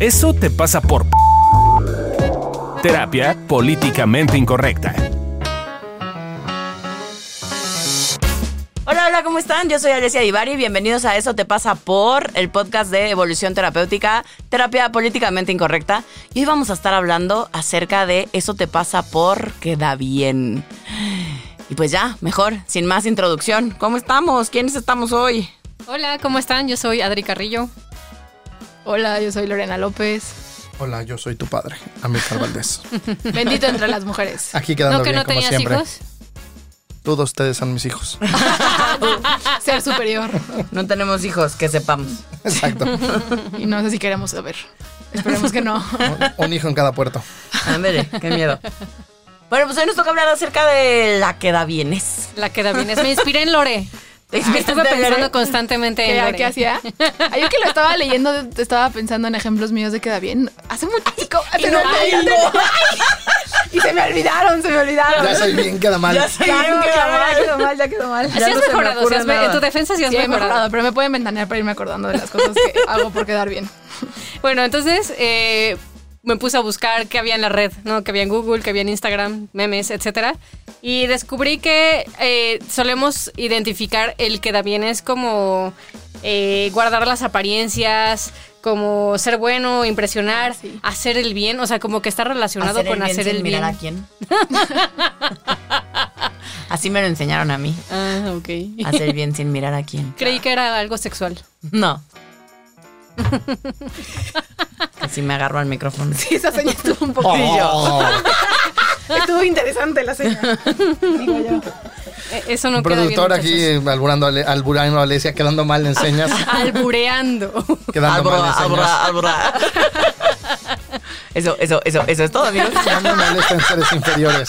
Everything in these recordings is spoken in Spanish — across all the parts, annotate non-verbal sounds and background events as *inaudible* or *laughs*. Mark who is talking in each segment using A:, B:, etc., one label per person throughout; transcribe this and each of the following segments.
A: Eso te pasa por... p- Terapia políticamente incorrecta.
B: Hola, hola, ¿cómo están? Yo soy Alessia Divari y bienvenidos a Eso Te Pasa Por, el podcast de Evolución Terapéutica, Terapia Políticamente Incorrecta. Y hoy vamos a estar hablando acerca de Eso Te Pasa Por Queda Bien. Y pues ya, mejor, sin más introducción. ¿Cómo estamos? ¿Quiénes estamos hoy?
C: Hola, ¿cómo están? Yo soy Adri Carrillo.
D: Hola, yo soy Lorena López.
E: Hola, yo soy tu padre,
C: *laughs*
E: Amílcar Valdés.
D: Bendito entre las *laughs* mujeres.
E: Aquí quedando
C: no que
E: bien
C: no
E: como
C: tenías
E: siempre.
C: hijos.
E: Todos ustedes son mis
C: *laughs*
E: hijos.
D: Ser superior.
B: No tenemos hijos, que sepamos.
C: *laughs*
E: Exacto.
D: Y no sé si queremos saber. Esperemos que *laughs* no.
E: Un, un hijo en cada puerto.
B: Ándale, qué miedo. Bueno, pues hoy nos toca hablar acerca de la queda bienes.
C: La que también es. Me inspiré
B: *laughs*
C: en Lore. Me estuve pensando constantemente en
D: ¿Qué,
C: Lore.
D: qué hacía? Ah, Yo que lo estaba leyendo, estaba pensando en ejemplos míos de queda bien. Hace mucho.
B: Y no tengo.
D: Y se me olvidaron, se me olvidaron.
E: Ya soy bien, queda mal.
B: Ya sé,
D: Claro,
B: qué
D: claro,
B: mal.
D: ya quedó mal, ya quedó mal.
C: Sí
B: Ya
C: has
B: no se me
C: mejorado,
B: ocurre
C: sí has me-
B: nada.
C: en tu defensa sí has
D: Sí, he
C: mejorado.
D: mejorado, pero me pueden ventanear para irme acordando de las cosas que hago por quedar bien.
C: Bueno, entonces eh, me puse a buscar qué había en la red, ¿no? Qué había en Google, qué había en Instagram, memes, etcétera. Y descubrí que eh, solemos identificar el queda bien es como eh, guardar las apariencias, como ser bueno, impresionar, hacer el bien, o sea, como que está relacionado
B: Ah, Hacer el
C: con
B: bien
C: hacer
B: sin
C: el bien.
B: mirar a quién. *laughs* Así me lo enseñaron a mí.
C: Ah, ok.
B: Hacer el bien sin mirar a quién.
C: *laughs* Creí que era algo sexual.
B: *laughs* No. Que si me agarro al micrófono.
D: Y *laughs* esa seña estuvo un *laughs*
E: Oh.
D: poquillo. Estuvo interesante la seña. Digo yo.
C: Eh, Eso no
E: Un
C: queda bien,
E: productor aquí
C: muchachos.
E: eh, alburando a Ale- alburando a Alesia, quedando mal en
C: *laughs*
E: señas. *laughs*
C: Albureando.
E: Quedando mal en señas.
B: abra, abra. Eso, eso, eso, eso es todo, *laughs* amigos.
E: Quedando mal está en seres inferiores.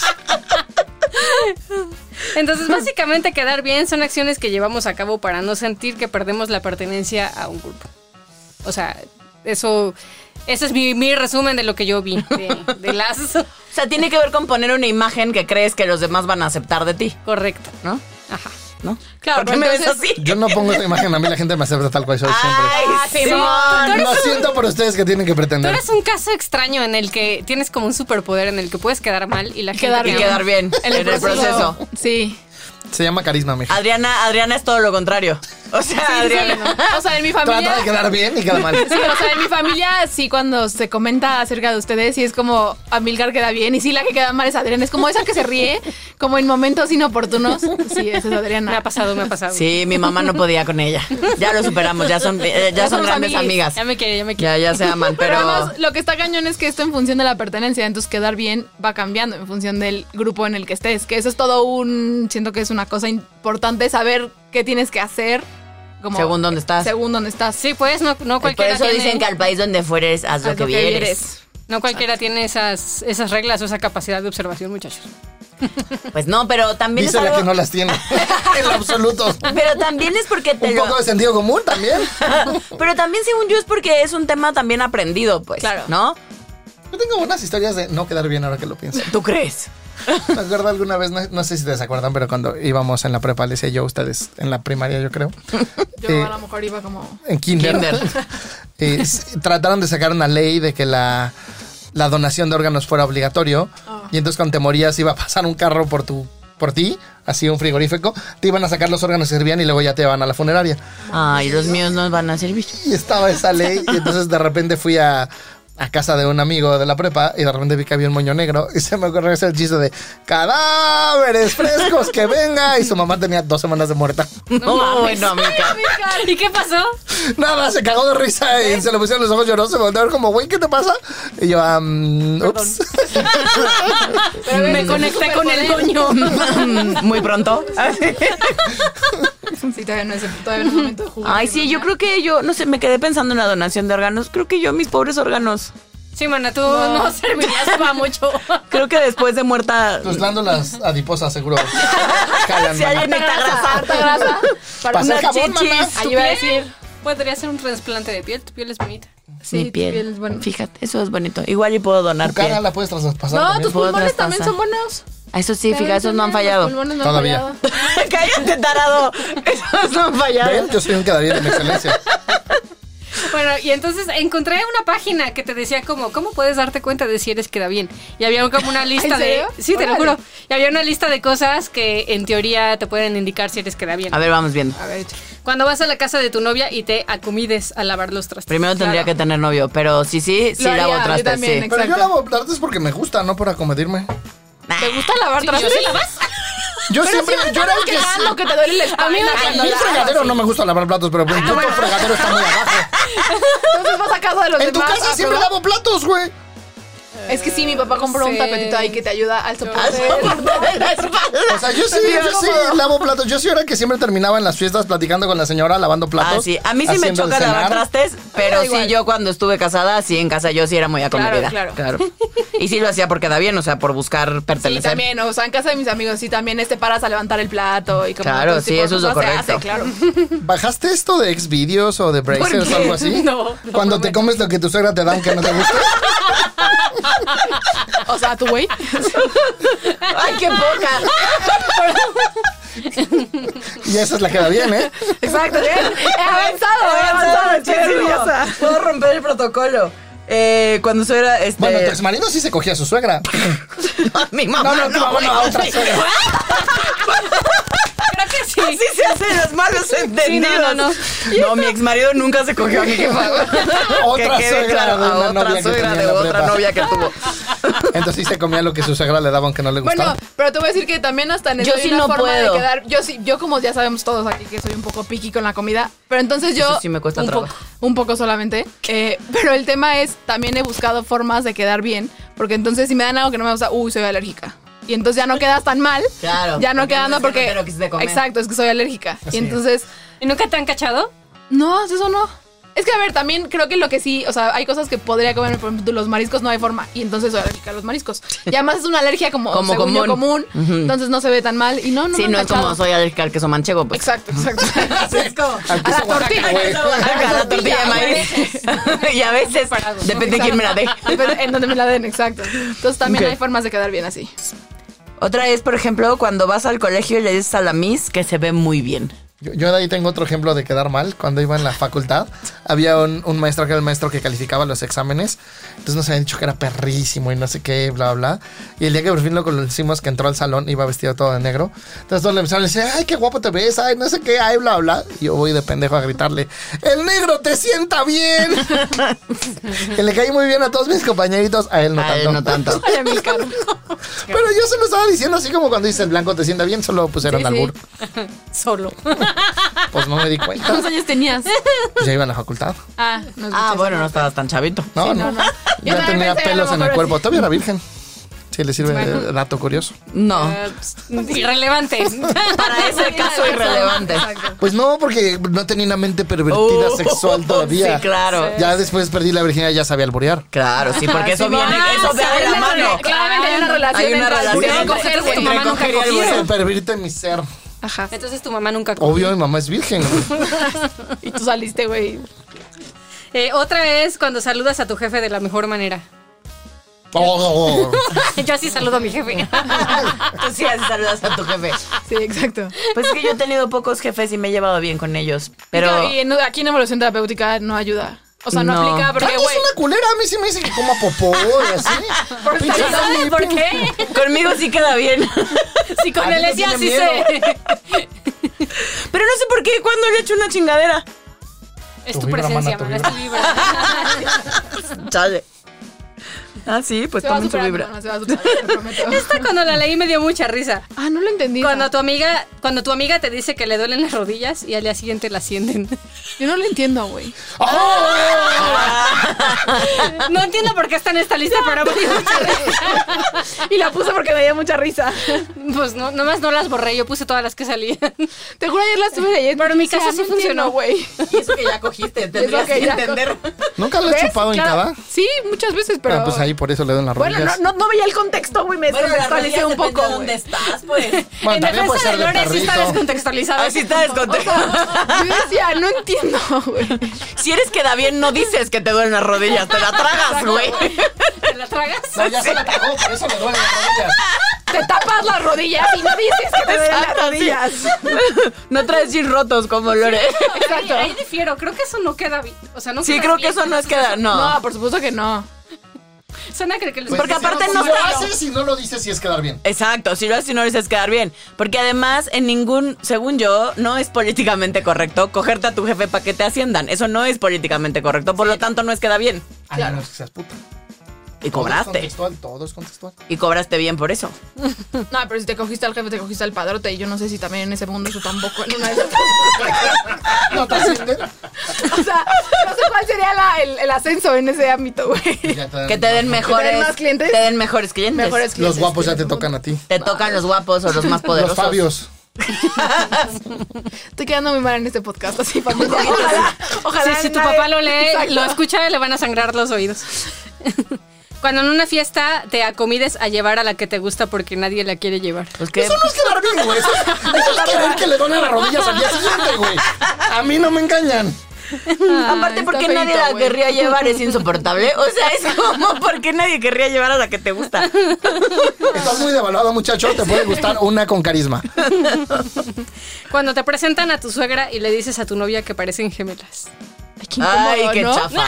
C: Entonces, básicamente, quedar bien son acciones que llevamos a cabo para no sentir que perdemos la pertenencia a un grupo. O sea, eso. Ese es mi, mi resumen de lo que yo vi
E: *laughs*
C: de, de las.
B: O sea, tiene que ver con poner una imagen que crees que los demás van a aceptar de ti,
C: Correcto.
B: ¿no?
C: Ajá.
B: ¿No?
C: Claro,
B: ¿Por qué me ves
C: entonces-
B: así?
E: Yo no pongo esta imagen, a mí la gente me acepta tal cual soy
B: Ay,
E: siempre.
B: Ah, Simón.
C: tú eres
E: Lo
C: un-
E: siento por ustedes que tienen que
C: Tú
E: pretender.
C: eres un caso extraño en el que tienes como un superpoder en el que puedes quedar mal y la gente
D: quedar
C: te
B: Y
C: ama.
B: quedar bien en el proceso.
D: *laughs* Sí.
E: Se llama carisma, mija.
B: Adriana, Adriana es todo lo contrario. O sea, Adriana.
D: O sea, en mi
E: Trata de
D: familia.
E: quedar bien y queda
C: *laughs*
E: mal.
D: Sí, o sea, en mi familia sí cuando se comenta acerca de ustedes y es como Amilcar queda bien y sí la que queda mal es Adriana, es como esa que se ríe como en momentos inoportunos. Sí, esa es Adriana.
C: Me ha pasado, me ha pasado.
B: Sí, mi mamá no podía con ella. Ya lo superamos, ya son, eh, ya
D: Ya
B: son
D: somos
B: grandes
D: amiguis.
B: amigas.
C: Ya me quiere, ya me quiere.
B: Ya, ya se aman,
D: Pero
B: pero.
D: además, lo que está cañón es que esto en función de la pertenencia, entonces quedar bien va cambiando en función del grupo en el que estés, que eso es todo un, siento que es una cosa importante saber qué tienes que hacer. Como
B: Según dónde estás.
D: Según dónde estás.
C: Sí, pues no, no
B: Por
C: cualquiera.
B: eso
C: tiene-
B: dicen que al país donde fueres, haz lo
D: Haz
B: que vieres.
C: No cualquiera tiene esas, esas reglas o esa capacidad de observación, muchachos.
B: Pues no, pero también es
E: Dice la
B: algo-
E: que no
C: *laughs*
E: las tiene. En lo absoluto.
B: Pero también es porque te
E: Un
B: lo.
E: poco de sentido común también.
B: *laughs* Pero también, según yo, es porque es un tema también aprendido, pues.
C: Claro.
B: ¿No?
E: *laughs* Yo tengo buenas historias de no quedar bien ahora que lo pienso.
B: ¿Tú crees?
E: Me acuerdo alguna vez, no, no sé si te acuerdan, pero cuando íbamos en la prepa, les decía yo a ustedes, en la primaria *laughs* yo creo,
D: Yo
E: Sí.
D: a lo mejor iba como...
E: en kinder,
B: Kinder.
E: *laughs* eh, s- trataron de sacar una ley de que la, la donación de órganos fuera obligatorio y entonces cuando te morías iba a pasar un carro por tu por ti, así un frigorífico, te iban a sacar los órganos que servían y luego ya te van a la funeraria.
B: Ay, los míos nos van a servir.
E: Y estaba esa ley y entonces de repente fui a, a casa de un amigo de la prepa y de repente vi que había un moño negro y se me ocurrió ese chiste de cadáveres frescos que venga y su mamá tenía dos semanas de muerta.
B: No, *laughs* bueno, amiga.
C: ¿Y qué pasó?
E: Nada, se cagó de risa y se le pusieron los ojos llorosos, se volteó a ver como, güey, ¿qué te pasa? Y yo, ah, mm, ups.
C: Me conecté con el
B: *laughs*
C: coño.
D: *laughs*
B: Muy pronto.
D: Sí, todavía no es, todavía no es momento de jugar.
B: Ay, sí, yo creo que yo, no sé, me quedé pensando en la donación de órganos. Creo que yo, mis pobres órganos.
C: Sí, mana, tú no, servirías para mucho.
B: Creo que después de
E: *laughs*
B: muerta. Ah,
E: Tus glándulas adiposas, seguro. Jalan,
B: Si alguien
E: mana.
B: necesita grasa,
D: harta grasa.
E: Para
B: unas
E: hacer jabón, mana.
B: chichis.
D: *laughs* Ahí iba a decir...
C: Podría ser un trasplante de piel, tu piel es bonita.
D: Sí,
B: mi
D: tu
B: piel.
D: piel es buena.
B: Fíjate, eso es bonito. Igual y puedo donar
E: Tu cara
B: piel.
E: la puedes traspasar
D: No,
E: también.
D: tus
B: Puedo
D: pulmones también
B: traspasar.
D: son buenos.
B: A Eso sí, fíjate, esos no han
D: Los
B: fallado.
D: pulmones no
E: Todavía.
D: han fallado.
B: *laughs* Cállate, tarado. Esos no han fallado.
E: ¿Ven? Yo soy un quedaría de mi excelencia.
C: Bueno, y entonces encontré una página que te decía como, ¿cómo puedes darte cuenta de si eres queda bien? Y había como una lista
D: *laughs* ¿En
C: de...
D: serio?
C: Sí, te lo
D: Órale.
C: juro. Y había una lista de cosas que en teoría te pueden indicar si eres queda bien.
B: A ver, vamos viendo.
D: A ver, echa.
C: Cuando vas a la casa de tu novia y te acomides a lavar los trastes.
B: Primero tendría que
C: Claro.
B: tener novio, pero sí, sí, sí
D: Lo haría,
B: lavo
D: yo
B: trastes,
D: también,
B: sí.
D: exacto.
E: Pero yo lavo trastes porque me gusta, no por acomedirme.
D: ¿Te gusta lavar trastes?
E: Yo siempre, yo era el que...
D: quejando que te duele la espalda.
C: A mí me
E: A
D: cuando
E: mí el
D: lavas.
E: fregadero no me gusta lavar platos, pero pues, yo tu fregadero está muy abajo.
D: Entonces vas a casa de los
E: En tu
D: demás.
E: casa
D: a
E: siempre
D: probar.
E: lavo platos, güey.
D: Es que sí, mi papá compró un
C: Sí.
D: tapetito ahí que te ayuda al soporte.
B: *laughs*
E: O sea, yo sí, yo sí lavo platos. Yo sí era el que siempre terminaba en las fiestas platicando con la señora, lavando platos.
B: Ah, sí. A mí sí me
E: haciendo el
B: choca lavar
E: cenar.
B: trastes,
D: da
B: pero sí
D: igual.
B: yo cuando estuve casada, sí en casa yo sí era muy acomodada.
C: claro.
B: Y sí lo hacía porque da bien, o sea, por buscar
D: Sí,
B: pertenecer.
D: también, o sea, en casa de mis amigos, sí, también este paras a levantar el plato y como
B: Claro,
D: todo ese
B: sí,
D: tipo de
B: eso es lo
D: cosas se
B: correcto.
D: hace, claro. *laughs*
E: ¿Bajaste esto de Xvideos o de Brazers o algo así?
C: No, no,
E: Cuando te
C: prometo.
E: comes lo que tu suegra te da aunque no te guste.
D: O sea, tu güey.
B: ¡Ay, qué poca!
E: Y esa es la que da bien, ¿eh?
B: Exacto, bien. *laughs* He
D: avanzado, he avanzado,
B: muchísimo. Ah, Puedo romper el protocolo. Eh, cuando suena este.
E: Bueno, tu exmarido sí se cogía a su suegra.
B: *laughs* mi
E: No,
B: mamá.
E: no, tu mamá
B: güey.
E: no, a otra suegra.
C: Creo que sí.
B: Así se hacen los malos entendidos.
C: no, no,
B: No, mi ex marido nunca se cogió a mi jefa. güey.
E: *laughs* Otra
B: que quede
E: suegra
B: claro,
E: de una
B: a
E: novia que
B: otra suegra
E: tenía
B: de
E: en la
B: otra
E: prepa.
B: novia que tuvo.
E: Entonces sí se comía lo que su suegra le daba aunque no le gustaba.
D: Bueno, pero te voy a decir que también hasta en eso
B: Yo
D: hay
B: sí
D: una
B: no
D: forma
B: puedo.
D: de quedar. Yo sí, yo como ya sabemos todos aquí que soy un poco piqui con la comida, pero entonces yo
B: Eso sí me cuesta
D: un
B: trabajo.
D: poco, un poco solamente. eh, pero el tema es también he buscado formas de quedar bien, porque entonces si me dan algo que no me gusta, uy, soy alérgica. Y entonces ya no quedas tan mal.
B: Claro,
D: Ya no
B: porque
D: quedando
B: entonces no
D: porque
B: te lo quisiste comer.
D: Exacto, es que soy alérgica. y
E: Así es.
D: entonces
C: ¿Y nunca te han cachado?
D: no, eso no. Es que a ver, también creo que lo que sí, o sea, hay cosas que podría comer, por ejemplo, los mariscos no hay forma. Y entonces soy alérgica a los mariscos. Y además es una alergia como,
B: Como
D: según yo,
B: común.
D: común.
B: Ujú.
D: Entonces no se ve tan mal. Y no, no,
B: Sí,
D: me han
B: no es
D: cachado.
B: como soy alérgica al queso manchego, pues. *laughs*
D: Exacto, exacto. *laughs*
E: Al
D: a la
E: queso Oaxaca,
D: tortilla.
E: güey.
B: Acá la tortilla de maíz.
D: *laughs*
B: *laughs* y a veces,
C: Separado.
B: depende de quién me la dé.
D: Pero en donde me la den, exacto. Entonces también
B: Ok.
D: hay formas de quedar bien así.
B: Otra es, por ejemplo, cuando vas al colegio y le dices a la Miss que se ve muy bien.
E: Yo, yo de ahí tengo otro ejemplo de quedar mal. Cuando iba en
B: *laughs*
E: la facultad, había un, un maestro que era el maestro que calificaba los exámenes. Entonces nos habían dicho que era perrísimo y no sé qué, bla, bla. Y el día que por fin lo conocimos, que entró al salón, iba vestido todo de negro. Entonces todos le empezaron a decir, ay, qué guapo te ves, ay, no sé qué, ay, bla, bla. Y yo voy de pendejo a gritarle, el negro te sienta bien.
B: *laughs*
E: que le caí muy bien a todos mis compañeritos, a él no
B: A
E: tanto.
B: él no
E: *laughs*
B: tanto.
D: Ay, mi caro.
E: Pero yo se lo estaba diciendo así como cuando dice el blanco te sienta bien, solo pusieron
D: Sí, sí.
E: albur.
C: Solo.
E: Pues no me
D: *laughs*
E: di cuenta.
D: ¿Cuántos años tenías?
E: Pues Ya iba a la facultad.
D: Ah, no
B: Ah,
D: escuché.
B: bueno, no estabas tan chavito.
D: no,
E: No, no,
D: no. Yo
E: Ya
D: también
E: tenía
D: pensé, a lo
E: pelos en el
D: mejor
E: cuerpo. Todavía era virgen. Sí, le sirve de dato curioso.
B: No.
C: Eh, Irrelevante.
B: *laughs* Para ese caso irrelevante.
E: Pues no, porque no tenía una mente pervertida
B: Uh,
E: sexual todavía.
B: sí, claro. Sí.
E: Ya después perdí la virginidad y ya sabía alborear.
B: Claro, sí, porque eso
D: sí,
B: viene,
D: va.
B: eso va de Ah, la mano.
D: Claramente hay una relación
B: Hay una
D: entre
B: relación
D: alburear y
B: entre-
D: coger, güey.
C: Tu mamá nunca
B: coger y
C: cogió.
E: Se pervirte mi ser.
D: Ajá.
C: Entonces tu mamá nunca cogió.
E: Obvio, mi mamá es virgen. güey.
D: Y tú saliste, güey.
C: Eh, otra es cuando saludas a tu jefe de la mejor manera. *laughs*
E: Oh, oh, oh.
C: Yo así saludo a mi jefe.
B: *laughs* Tú sí así saludas a tu jefe.
D: Sí, exacto.
B: Pues es que yo he tenido pocos jefes y me he llevado bien con ellos. Pero.
D: Pero y en- aquí en evolución terapéutica no ayuda. O sea, no,
B: No.
D: aplica porque,
E: Ay,
D: güey.
E: es una culera. A mí sí me dicen que coma popó y así. Pinche
C: ¿Sabes
E: Dani,
C: por
E: pin-
C: qué?
B: Conmigo sí queda
D: *laughs*
B: bien.
C: Si con
E: A
C: él
E: mí
C: es
E: me
C: así
E: tiene
C: se.
B: Pero no sé por qué cuando le he hecho una chingadera.
C: *laughs* Es
E: Tu
C: tu
E: vibra,
C: presencia,
E: mana, tu
C: mana, es tu vibra. *laughs*
B: Chale. Ah, sí, pues
D: Se va
B: tomen su
D: superando,
B: vibra.
D: no, se va superando, te
C: *laughs*
D: prometo.
C: Esta cuando la leí me dio mucha risa.
D: Ah, no lo entendí.
C: Cuando
D: esa.
C: tu amiga, cuando tu amiga te dice que le duelen las rodillas y al día siguiente la ascienden.
D: Yo no lo entiendo, güey.
C: *laughs* No entiendo por qué está en esta lista, pero me dio mucha risa.
D: *laughs* Y la puse porque me dio mucha risa.
C: Pues no, nomás no las borré, yo puse todas las que salían.
D: Te juro, ayer la estuve leyendo.
C: Pero en mi
D: O sea,
C: casa sí
D: no
C: funcionó.
D: entiendo, güey.
B: Y eso que ya cogiste, tendrías
D: que
B: que,
D: ya
B: entender.
E: ¿Nunca lo has
D: ¿Ves?
E: chupado en
D: Claro.
E: cada?
D: Sí, muchas veces, pero.
E: Ah, pues ahí por eso le doy las rodillas.
D: Bueno, no, no, no veía el contexto, güey. Me descontextualicé un poco. güey.
B: estás, *laughs* pues.
E: Bueno,
C: en
E: también puede
C: defensa de
E: ser de
C: Lore sí está
E: perrito.
C: descontextualizada.
B: Así Ah, está descontexto.
D: *laughs* Yo decía, no entiendo, güey.
B: Si eres queda bien, no dices que te duelen las
D: *laughs*
B: rodillas, te la tragas, güey.
C: ¿Te la tragas?
E: No, ya se la cagó, por eso le duelen las rodillas.
D: te tapas las rodillas y no dices que te duelen las rodillas.
B: No traes jeans rotos como Lore.
D: Exacto.
C: Ahí, ahí difiero, creo que eso no queda bien. O sea, no
B: Sí,
C: queda
B: creo que
C: bien.
B: eso no es queda. No.
D: No, por supuesto que no.
C: Suena que, que les-
B: Porque aparte no
E: Pues
C: pues,
E: si lo
B: está- Eh,
E: haces, si no lo dices, sí es quedar bien. Ah,
B: Exacto, si lo haces y no lo dices quedar bien. Porque además, en ningún, según yo, no es políticamente correcto cogerte a tu jefe para que te asciendan. Eso no es políticamente correcto, por lo tanto no es queda bien.
E: A menos que seas puta.
B: Y
E: Todo es
B: cobraste.
E: contextual, todo es contextual.
B: Y cobraste bien por eso.
D: No, pero si te cogiste al jefe, te cogiste al padrote. Y yo no sé si también en ese mundo eso tampoco. En una de esas- *laughs*
E: No te ascienden.
D: o sea, no sé cuál sería la- el, el ascenso en ese ámbito, güey.
E: Ya
B: Que te den mejores.
D: más clientes?
B: Te den mejores clientes.
D: Mejores
E: Los
D: clientes.
E: guapos ya te tocan a ti.
B: Te tocan los guapos o *laughs* los más
E: *laughs* Los
B: poderosos.
E: Fabios.
D: Estoy quedando muy mal en este podcast, así
B: *laughs*
D: familia.
C: Ojalá,
D: ojalá
C: Sí, si tu
D: nadie-
C: papá lo lee,
D: Exacto.
C: lo escucha, le van a sangrar los oídos. *laughs* Cuando en una fiesta te acomides a llevar a la que te gusta porque nadie la quiere llevar.
B: Pues que-
E: Eso no es quedar bien, güey. Eso es, eso es querer que le donen las rodillas al día siguiente, güey. A mí no me engañan.
B: Aparte,
D: está
B: ¿por qué
D: feíto,
B: nadie la
D: güey.
B: querría llevar? Es insoportable. *laughs* O sea, es como, ¿por qué nadie querría llevar a la que te *laughs* gusta?
E: Estás muy devaluado, muchacho. Te puede gustar una con carisma.
C: Cuando te presentan a tu suegra y le dices a tu novia que parecen gemelas.
B: Ay, qué
D: ¿no?
B: chafa.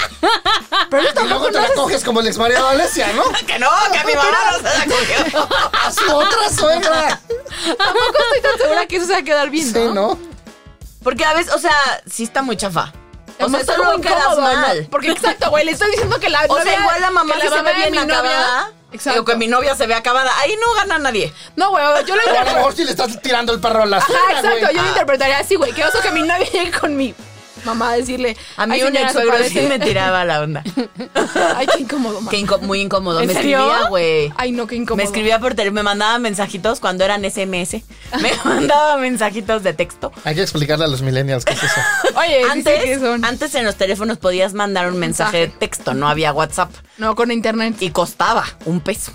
E: Y luego te la coges como el exmareado Alesia, ¿no?
B: *laughs* Que no, *laughs* que mi mamá no se la cogió.
E: A su otra suegra.
D: Tampoco estoy tan segura que eso se va a quedar bien,
E: Sí, ¿no?
B: Porque a veces, o sea, sí está muy chafa. O sea,
D: Además, está
B: solo
D: muy
B: quedas
D: incómodo,
B: mal.
D: ¿no? Porque exacto, güey, le estoy diciendo que la
B: O sea,
D: novia-
B: igual la mamá
D: que
B: que se
D: mamá
B: ve
D: de
B: bien
D: mi novia-
B: acabada.
D: Exacto.
B: O que mi novia se ve acabada. Ahí no gana nadie.
D: No, güey, yo
B: *laughs*
D: lo
E: Pero a lo
D: interpreto.
E: mejor si le estás tirando el perro a la
D: Ajá,
E: suegra,
D: exacto,
E: güey.
B: Ah.
D: yo lo interpretaría así, güey. Qué oso que mi novia llegue con mi mamá a decirle.
B: A mí
D: "Ay,
B: un
D: señora,
B: ex
D: se
B: suegro sí
D: parece". *laughs*
B: *laughs* me tiraba la onda.
D: Ay, qué incómodo, mamá.
B: Qué inco- muy incómodo.
D: ¿En
B: me
D: serio?
B: escribía, güey.
D: Ay, no, qué incómodo.
B: Me escribía por teléfono, me mandaba mensajitos cuando eran SMS.
D: *laughs*
B: Me mandaba mensajitos de texto.
E: Hay que explicarle a los millennials qué es eso.
D: Oye, antes, Eh, que
B: Antes,
D: son.
B: antes en los teléfonos podías mandar un mensaje de
D: Mensaje.
B: texto, no había WhatsApp.
D: No, con internet.
B: Y costaba un peso.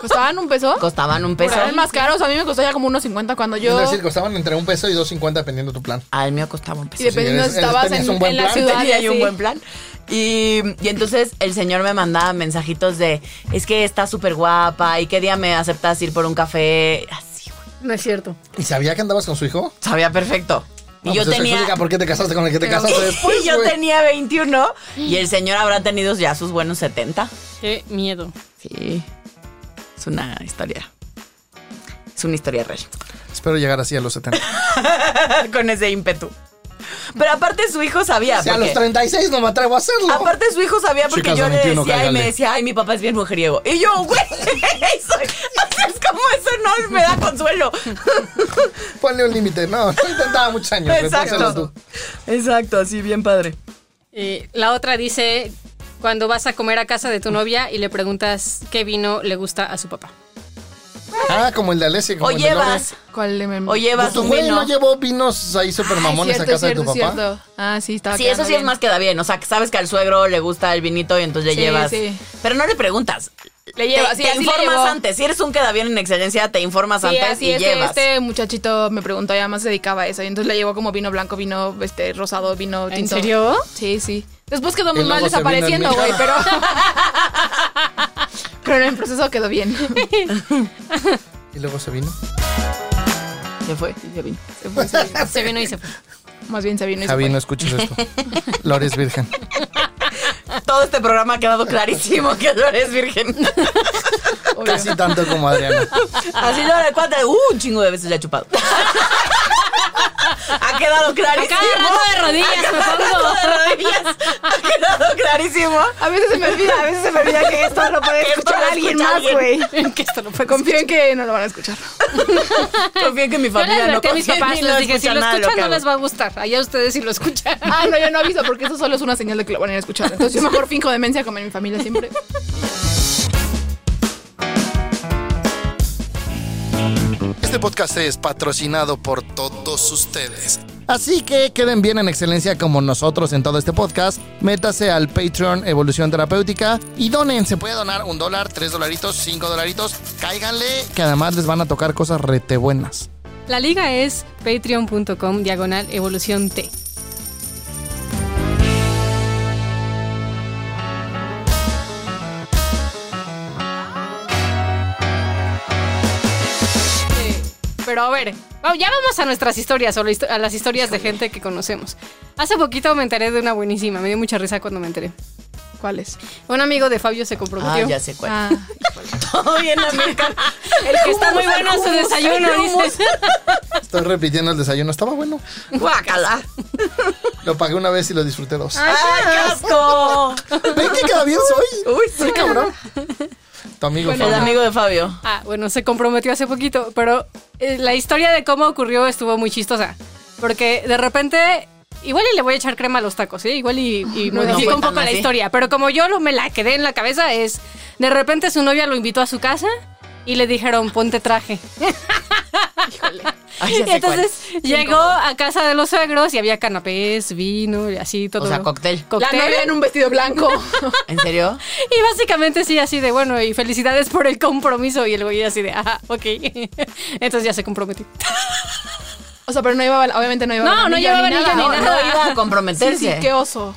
D: ¿Costaban un peso?
B: Costaban un peso.
D: Eran más caros. A mí me costó ya como unos 50 cuando yo.
E: Es decir, costaban entre un peso y dos cincuenta dependiendo tu plan.
B: Al mío costaba
E: Pues
B: un peso.
D: Y dependiendo
E: Sí,
D: si
E: eres-
D: estabas
E: tenías
D: en,
E: un buen
D: en la
E: plan.
B: *laughs*
D: ciudad.
B: tenía yo un
D: sí.
B: buen plan. Y, y entonces el señor me mandaba mensajitos de, es que está súper guapa y qué día me aceptas ir por un café. Así, güey.
C: No es cierto.
E: ¿Y sabía que andabas con su hijo?
B: Sabía perfecto. Y
E: No,
B: yo
E: pues eso
B: tenía...
E: explica ¿Por qué te casaste con
B: *laughs*
E: el que te casaste después?
B: Y yo
E: güey.
B: tenía 21 y el señor habrá tenido ya sus buenos 70.
C: Qué miedo.
B: Sí. Es una historia. Es una historia real. *laughs*
E: Espero llegar así a los 70.
B: Con ese ímpetu. Pero aparte su hijo sabía.
E: Si a los
B: porque-
E: 36 no me atrevo a
B: *laughs*
E: hacerlo.
B: Aparte su hijo sabía porque
E: Chicas
B: yo
E: de
B: le decía
E: 21,
B: y
E: cáigale.
B: me decía, ay, mi papá es bien mujeriego. Y yo, güey, *laughs* soy- o sea, es como eso no me da
E: *laughs*
B: consuelo.
E: Ponle un límite. No, lo intentaba muchos años. güey, pónselo
B: Exacto.
E: tú.
B: Exacto, así bien padre.
C: Eh, la otra dice cuando vas a comer a casa de tu novia y le preguntas qué vino le gusta a su papá.
E: Ah, como el de Alessia. como
B: O
E: el de Lore.
B: llevas,
D: ¿Cuál de mi
B: o llevas
E: Tu
B: un
E: güey no
B: vino.
E: llevó vinos ahí super mamones a casa de tu papá.
D: Ah, sí, estaba
B: Sí, eso
D: quedando
B: sí es
D: bien.
B: más queda bien. O sea, que sabes que al suegro le gusta el vinito y entonces
D: Sí,
B: le llevas.
D: sí.
B: Pero no le preguntas.
D: Le llevas,
B: te,
D: sí,
B: te
D: así le
B: informas
D: llevó.
B: antes. Si eres un queda bien en excelencia, te informas
D: Sí,
B: antes
D: así
B: y
D: es que
B: llevas.
D: este muchachito me preguntó, y además se dedicaba a eso. Y entonces le llevó como vino blanco, vino este rosado, vino
C: ¿En
D: tinto.
C: serio?
D: Sí, sí. Después quedó muy
E: Y luego
D: mal
E: se vino en
D: desapareciendo,
E: mi
D: güey, pero.
E: cara.
D: *laughs* pero en el proceso quedó bien.
E: Y luego se vino.
B: Se fue, se vino.
D: Se fue, se vino.
C: Se vino y se fue.
D: Más bien se vino y se
E: Javi,
D: fue.
E: no escuches *laughs* esto. Lore es virgen.
B: Todo este programa ha quedado clarísimo que no eres
D: *laughs*
B: virgen.
D: obvio.
E: Casi tanto como Adriana.
B: Así no le cuenta. Uh, un chingo de veces le ha chupado. *laughs* ha quedado clarísimo.
C: A cada rato de rodillas,
B: A cada *laughs* rato de rodillas. Ha quedado clarísimo.
D: A veces se me olvida, a veces se me olvida que esto lo
B: *laughs*
D: puede
B: Que esto
D: escuchar
B: lo
D: alguien
B: escucha
D: más,
B: alguien.
D: güey.
C: que esto no fue
D: Confío en que no lo van a escuchar.
B: Confío en que mi
C: Yo le
B: familia no
C: advertí a mis
B: confía
C: papás,
B: ni
C: les
B: no
C: dije, si
B: escucha
C: lo
B: nada de
C: escuchan
B: que
C: no
B: hago.
C: les va a gustar. Allá ustedes si lo escuchan.
D: Ah, no, yo no aviso porque eso solo es una señal de que lo van a ir a escuchar. Entonces yo mejor finjo demencia como en mi familia siempre.
E: Este podcast es patrocinado por todos ustedes. Así que queden bien en excelencia como nosotros en todo este podcast. Métase al Patreon Evolución Terapéutica y donen. Se puede donar un dólar, tres dolaritos, cinco dolaritos. Cáiganle, que además les van a tocar cosas rete buenas.
C: La liga es patreon.com diagonal evolución T. Eh, Pero a ver, va- ya vamos a nuestras historias o la histo- a las historias de gente que conocemos. Hace poquito me enteré de una buenísima, me dio mucha risa cuando me enteré.
D: ¿Cuál es?
C: Un amigo de Fabio se
B: Ah,
C: comprometió.
B: ya sé cuál.
D: Ah,
B: Todo bien,
C: *laughs*
B: amiga.
C: El que está muy bueno su desayuno, dices.
E: Estoy repitiendo el desayuno. Estaba bueno.
B: Guácala.
E: Lo pagué una vez y lo disfruté dos.
B: ¡Ay, qué asco!
E: ¿Ven que cada bien soy?
B: Uy, sí, cabrón.
E: Tu amigo
B: El
E: Fabio.
B: amigo de Fabio.
C: Ah, bueno, se comprometió hace poquito, pero eh, la historia de cómo ocurrió estuvo muy chistosa. Porque de repente, igual y le voy a echar crema a los tacos, ¿sí? Igual y, y
B: No,
C: modifico
B: no,
C: un poco
B: cuéntame,
C: la
B: sí.
C: historia. Pero como yo lo, me la quedé en la cabeza, es de repente su novia lo invitó a su casa y le dijeron, ponte traje.
B: Ay, Ah, ya
C: *laughs* Y
B: sé cuál.
C: entonces llegó a casa de los suegros y había canapés, vino, y así todo.
B: O sea, cóctel.
D: la
C: *laughs*
D: novia en un vestido blanco.
B: ¿En serio?
C: Y básicamente sí, así de bueno, y felicidades por el compromiso. Y el güey así de, ah, ok. *laughs* Entonces ya se comprometió.
D: *laughs* O sea, pero no iba, obviamente no iba
C: No, *laughs* no llevaba
D: ni
C: anillo
D: nada.
C: ni
B: No,
D: No,
B: no
C: nada.
B: iba a
D: Sí,
B: comprometerse.
D: sí, qué oso.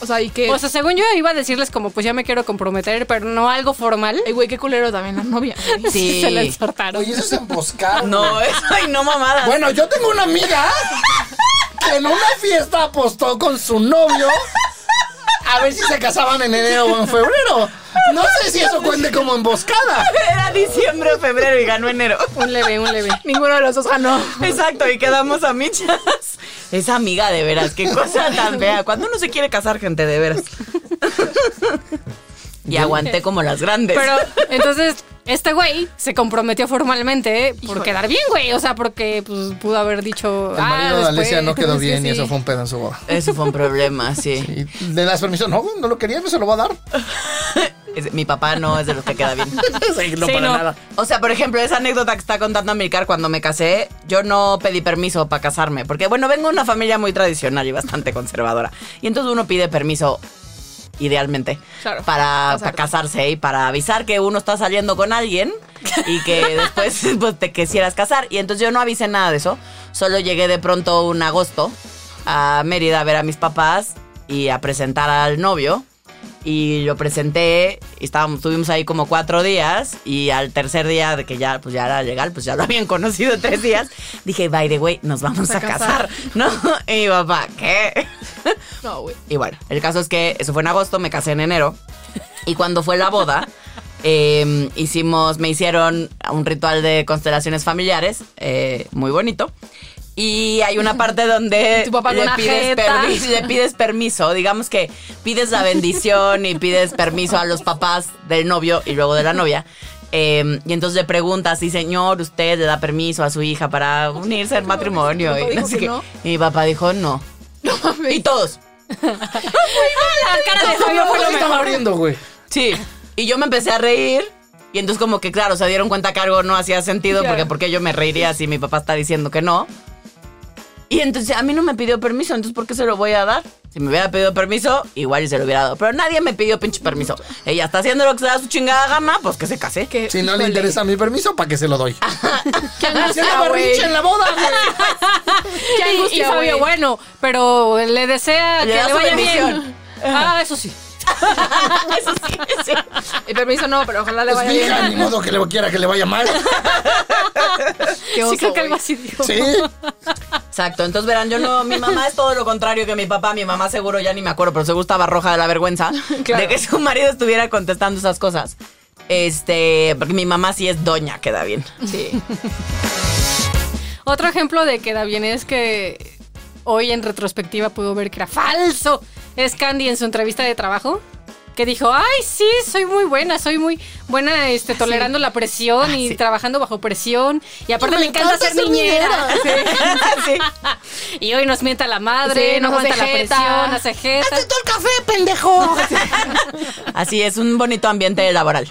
D: O sea, y qué...
C: O sea, según yo iba a decirles como, pues ya me quiero comprometer, pero no algo formal.
D: Ay, güey, qué culero también la *laughs* novia. güey.
B: Sí.
C: *laughs* Se la ensartaron.
E: Oye, eso es emboscado.
B: No, *laughs* eso, ay, no mamada.
E: Bueno, yo tengo una amiga que en una fiesta apostó con su novio a ver si se casaban en enero o en febrero. No sé si eso cuente como emboscada.
B: Era diciembre, febrero y ganó enero.
C: Un leve, un leve.
D: *laughs* Ninguno de los dos Ah, ganó.
B: *laughs* Exacto, y quedamos a michas. Esa amiga, de veras, qué cosa tan fea. Cuando uno se quiere casar, gente, de veras. Y aguanté como las
D: pues.
B: grandes.
C: Pero entonces este güey se comprometió formalmente ¿eh? por quedar bien, güey. O sea, porque pues pudo haber dicho...
E: El marido de
C: ah, después,
E: Alicia no quedó
C: es que
E: bien y
C: *laughs* sí.
E: eso fue un pedo en su boda.
B: Eso fue un problema, sí.
E: Y le das permiso, no, no lo quería, no se lo va a dar.
B: Es- Mi papá no es de los que queda bien.
E: no
C: Sí, para no.
D: *laughs*
C: nada.
B: O sea, por ejemplo, esa anécdota que está contando Amilcar cuando me casé, yo no pedí permiso para casarme, porque bueno, vengo de una familia muy tradicional y bastante conservadora. Y entonces uno pide permiso, idealmente,
D: Claro,
B: para,
D: casarte.
B: para casarse y para avisar que uno está saliendo con alguien y
D: *laughs*
B: que después pues, te quisieras casar. Y entonces yo no avisé nada de eso, solo llegué de pronto un agosto a Mérida a ver a mis papás y a presentar al novio y lo presenté. y Estábamos, estuvimos ahí como cuatro días y al tercer día de que ya, pues ya era legal, pues ya lo habían conocido tres días, dije, by the way, nos vamos a,
D: A
B: casar.
D: casar.
B: ¿No? Y mi papá, ¿qué?
D: No, güey.
B: Y bueno, el caso es que eso fue en agosto, me casé en enero. Y cuando fue la
D: *laughs*
B: boda, eh, hicimos, me hicieron un ritual de constelaciones familiares, eh, muy bonito. Y hay una
D: *laughs*
B: parte donde
D: Tu papá con
B: le,
D: una
B: pides
D: jeta.
B: permi- le pides permiso, digamos que pides la bendición y pides permiso a los papás del novio y luego de la novia. Eh, y entonces le preguntas, sí señor, usted le da permiso a su hija para unirse al matrimonio.
D: papá
B: Y, no
D: dijo
B: sé
D: que
B: qué.
D: no.
B: y mi papá dijo no.
D: No mames.
B: Y todos,
C: La cara de Fabio fue lo
E: están
C: mejor.
E: abriendo, güey?
B: Sí. Y yo me empecé a reír. Y entonces como que, claro, se dieron cuenta que algo no hacía sentido porque porque yo me reiría si mi papá está diciendo que no. Y entonces a mí no me pidió permiso, entonces ¿por qué se lo voy a dar? Si me hubiera pedido permiso, igual y se lo hubiera dado. Pero nadie me pidió pinche permiso. Ella está haciendo lo que se da su chingada gana, pues que se case.
D: Que-
E: Si no le
D: híjole.
E: interesa mi permiso, ¿para qué se lo doy?
D: Qué angustia,
E: ¡Ya
D: güey.
E: berrinche en la boda, güey!
C: Y-
D: Qué
C: y,
D: angustia,
C: Fabio,
D: güey.
C: bueno, pero le desea
B: Le da
C: que le
B: su
C: vaya
B: bendición.
C: bien. Ah, eso sí.
B: *laughs* Eso sí, sí.
D: Y permiso no, pero ojalá le
E: Pues
D: vaya
E: mi hija,
D: bien.
E: ni modo que le quiera que le vaya mal.
D: Qué
C: sí,
D: oso,
C: creo que algo
D: güey.
C: así dijo.
E: Sí.
B: Exacto, entonces verán, yo no, mi mamá es todo lo contrario que mi papá, mi mamá seguro ya ni me acuerdo, pero seguro estaba roja de la *laughs* vergüenza
D: Claro.
B: de que su marido estuviera contestando esas cosas. Este, porque mi mamá sí es doña, queda bien.
D: Sí.
C: Otro ejemplo de queda bien es que hoy en retrospectiva pudo ver que era falso. Es Candy en su entrevista de trabajo que dijo, ay sí, soy muy buena, soy muy buena
D: Ah,
C: este, tolerando la presión y trabajando bajo presión. Y aparte
E: Y
C: me, encanta, ser niñera.
B: *laughs* Sí.
C: *laughs* Y hoy nos mienta la madre,
D: Sí,
C: no
D: nos hace
C: aguanta la
D: jeta.
C: presión, hace jeta.
E: ¡Todo el café, pendejo!
B: Así es un bonito ambiente laboral.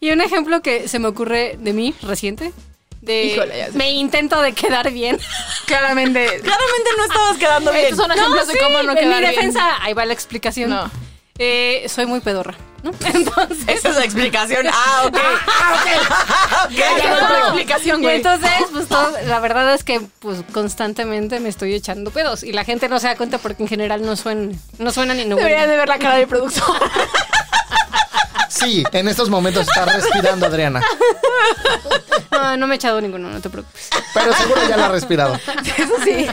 C: Y un ejemplo que se me ocurre de mí reciente, de
D: Híjole, ya sé.
C: me intento de quedar bien.
D: *laughs* Claramente.
B: Claramente no estabas quedando bien.
D: Estos son ejemplos de cómo no
C: en mi
D: quedar bien.
C: defensa, ahí va la explicación.
D: No.
C: Eh, soy muy pedorra, ¿no? *laughs* Entonces...
B: Esa es la explicación. Ah, ok. Ah, *laughs* ok. Ok, ya no es la
C: No.
B: explicación,
C: Y
B: güey.
C: entonces, pues todo- la verdad es que pues constantemente me estoy echando pedos y la gente no se da cuenta porque en general no suenan, no suenan y no
D: Deberían
C: huelen.
D: de ver la cara del productor.
E: Sí, en estos momentos está respirando Adriana.
C: No, no me he echado ninguno, no te preocupes. *laughs*
E: Pero seguro ya la ha respirado.
C: Eso sí.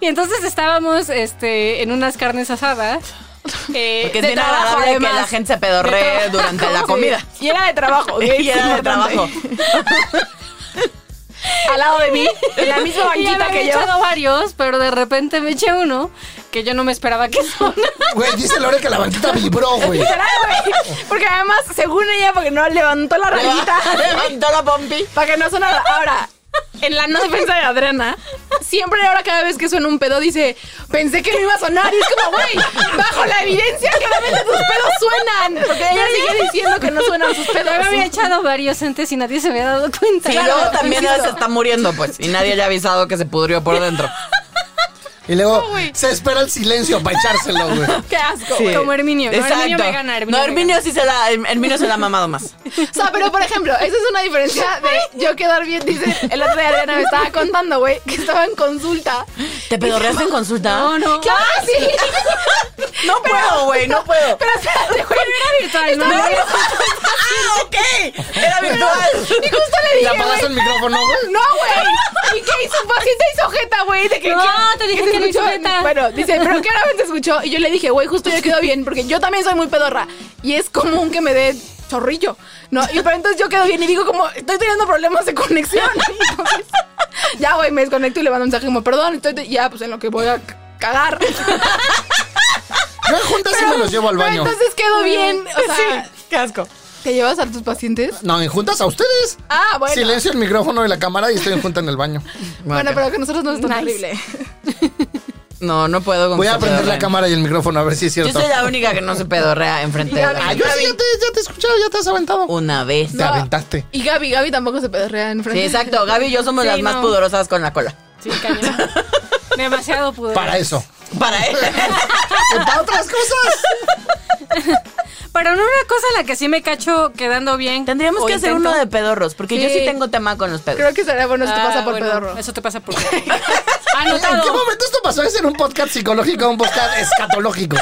C: y entonces estábamos este, en unas carnes asadas.
B: *laughs*
C: eh,
B: Porque es
C: de
B: bien
C: trabajo,
B: agradable que
C: además.
B: la gente se pedorree
C: De trabajo.
B: durante la
C: Sí.
B: comida.
D: *laughs* Y era de
B: *laughs*
D: trabajo.
B: Y era de trabajo.
D: Al lado de mí, en la *laughs* misma
C: Y ya me
D: banquita
C: había
D: que yo.
C: echado varios, pero de repente me eché uno que yo no me esperaba que sonara.
E: Güey, dice Lore que la banquita vibró, güey.
D: Literal, güey. Porque además, según ella, porque no levantó la rayita.
B: *laughs* Levantó la pompi.
D: Para que no sonara. Ahora, en la no defensa de Adriana, siempre ahora cada vez que suena un pedo dice, pensé que no iba a sonar. Y es como, güey, bajo la evidencia, claramente tus pedos suenan. Porque ella sigue diciendo que no suenan sus
C: Pero
D: pedos.
C: me había echado varios antes y nadie se había dado cuenta.
B: Y luego también se está muriendo, pues. Y nadie le ha avisado que se pudrió por dentro.
E: Y luego se espera el silencio para echárselo, güey.
D: Qué asco.
B: Sí.
C: *laughs* Como Herminio. No, Herminio
B: Exacto.
C: me gana, Herminio
B: no,
C: me
B: Herminio sí se la, Herminio se la ha mamado más.
D: O sea, pero por ejemplo, esa es una diferencia de yo quedar bien. Dice, el otro día Adriana me estaba contando, güey, que estaba en consulta.
B: *laughs* ¿Te pedorreaste en consulta?
C: No, no.
D: ¡Claro Ah, *laughs* sí!
B: No puedo, güey, no
C: *laughs*
B: puedo.
D: Pero espérate, güey.
C: Era virtual, ¿no?
B: *laughs* ¡Ah, ok! Era
C: *laughs*
B: virtual.
D: Y justo le
E: ¿Le
D: dije,
E: apagaste el
D: güey,
E: micrófono, güey?
D: no, güey. ¿Y qué hizo? Pues sí te hizo jeta, güey. De que,
C: No,
D: que-
C: te dije
D: se
C: que no hizo
D: escuchó-
C: jeta.
D: Bueno, dice, pero claramente escuchó. Y yo le dije, güey, justo yo quedo bien, porque yo también soy muy pedorra. Y es común que me dé chorrillo. No, y pero entonces yo quedo bien y digo como, estoy teniendo problemas de conexión. *laughs* Y entonces, ya, güey, me desconecto y le mando un mensaje como, perdón, estoy te- ya, pues en lo que voy a c- cagar.
E: Yo en juntas sí me los llevo
D: *laughs*
E: al
D: Pero
E: baño.
D: entonces quedo bien. O sea,
B: Qué asco.
D: ¿te llevas a tus pacientes?
E: No, en juntas a ustedes.
D: Ah, bueno.
E: Silencio el micrófono y la cámara y estoy en junta en el baño.
D: Bueno, pero que nosotros no es tan
C: Nice.
D: horrible.
B: No, no puedo con
E: Voy a
B: que se
E: prender la
B: pedorreen.
E: cámara y el micrófono a ver si es
B: Yo
E: cierto.
B: soy la única que no se pedorrea enfrente de
E: Ah,
B: Dani.
E: yo sí, ya te, ya te he escuchado, ya te has aventado.
B: Una vez.
E: Te aventaste.
D: Y Gaby, Gaby tampoco se pedorrea en
B: Sí,
D: frente.
B: exacto. Gaby y yo somos
C: Sí,
B: las más
C: no.
B: pudorosas con la cola. *laughs*
C: Sí, cañón. Demasiado pudor.
E: Para eso.
B: Para él.
E: Para otras cosas.
C: Pero no una cosa en la que sí me cacho quedando bien.
B: Tendríamos
C: o
B: que hacer
C: intento.
B: uno de pedorros, porque yo sí
D: Sí.
B: tengo tema con los pedorros.
D: Creo que sería bueno si te
C: Ah,
D: pasa por
C: bueno,
D: pedorro.
C: Eso te pasa por
E: ¿En qué
C: *laughs* Anotado.
E: momento esto pasó de ser un podcast psicológico a un podcast escatológico?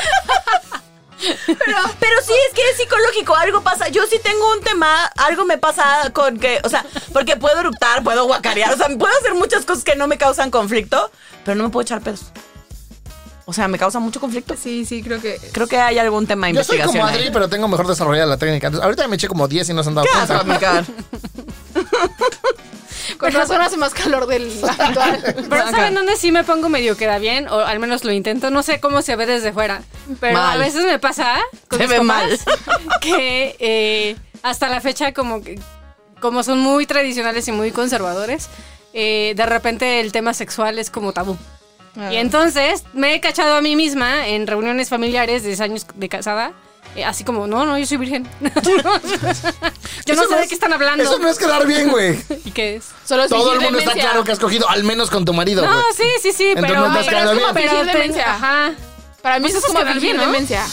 B: Pero, pero sí es que es psicológico, algo pasa. Yo sí tengo un tema, algo me pasa con que, o sea, porque puedo eructar, puedo guacarear, o sea, puedo hacer muchas cosas que no me causan conflicto, pero no me puedo echar pedos. O sea, me causa mucho conflicto.
D: Sí, sí, creo que.
B: Creo que hay algún tema de
E: Yo soy
B: investigación.
E: como
B: ahí.
E: Adri, pero tengo mejor desarrollada la técnica. Entonces, ahorita me eché como 10 y no se han dado
B: ¿Qué asco,
E: cuenta.
B: amiga?
E: *laughs*
D: Con razón hace más calor del habitual.
C: Pero
B: Acá.
C: ¿saben dónde sí me pongo medio queda bien? O al menos lo intento. No sé cómo se ve desde fuera. Pero
B: Mal.
C: a veces me pasa con
B: Se
C: mis
B: ve
C: copas
B: mal.
C: *laughs* que eh, hasta la fecha como, que- como son muy tradicionales y muy conservadores, eh, de repente el tema sexual es como tabú. Y entonces me he cachado a mí misma en reuniones familiares de 10 años de casada. eh, así como, no, no, yo soy virgen. *laughs* yo no
E: Eso
C: sé de qué están hablando.
E: *laughs* Eso no es quedar bien, güey.
C: ¿Y qué es?
D: Solo es
E: Todo el
D: fingir
E: mundo está
D: demencia.
E: claro que has cogido, al menos con tu marido,
C: No,
E: güey.
C: sí, sí, sí,
E: Entonces
C: pero...
E: no te has
C: pero
E: quedado
C: es como
D: bien.
C: fingir
D: Pero ten-
C: demencia. Ajá.
D: Para mí eso es
C: Pues
D: como
C: quedar
D: fingir
C: bien, ¿no?
D: demencia.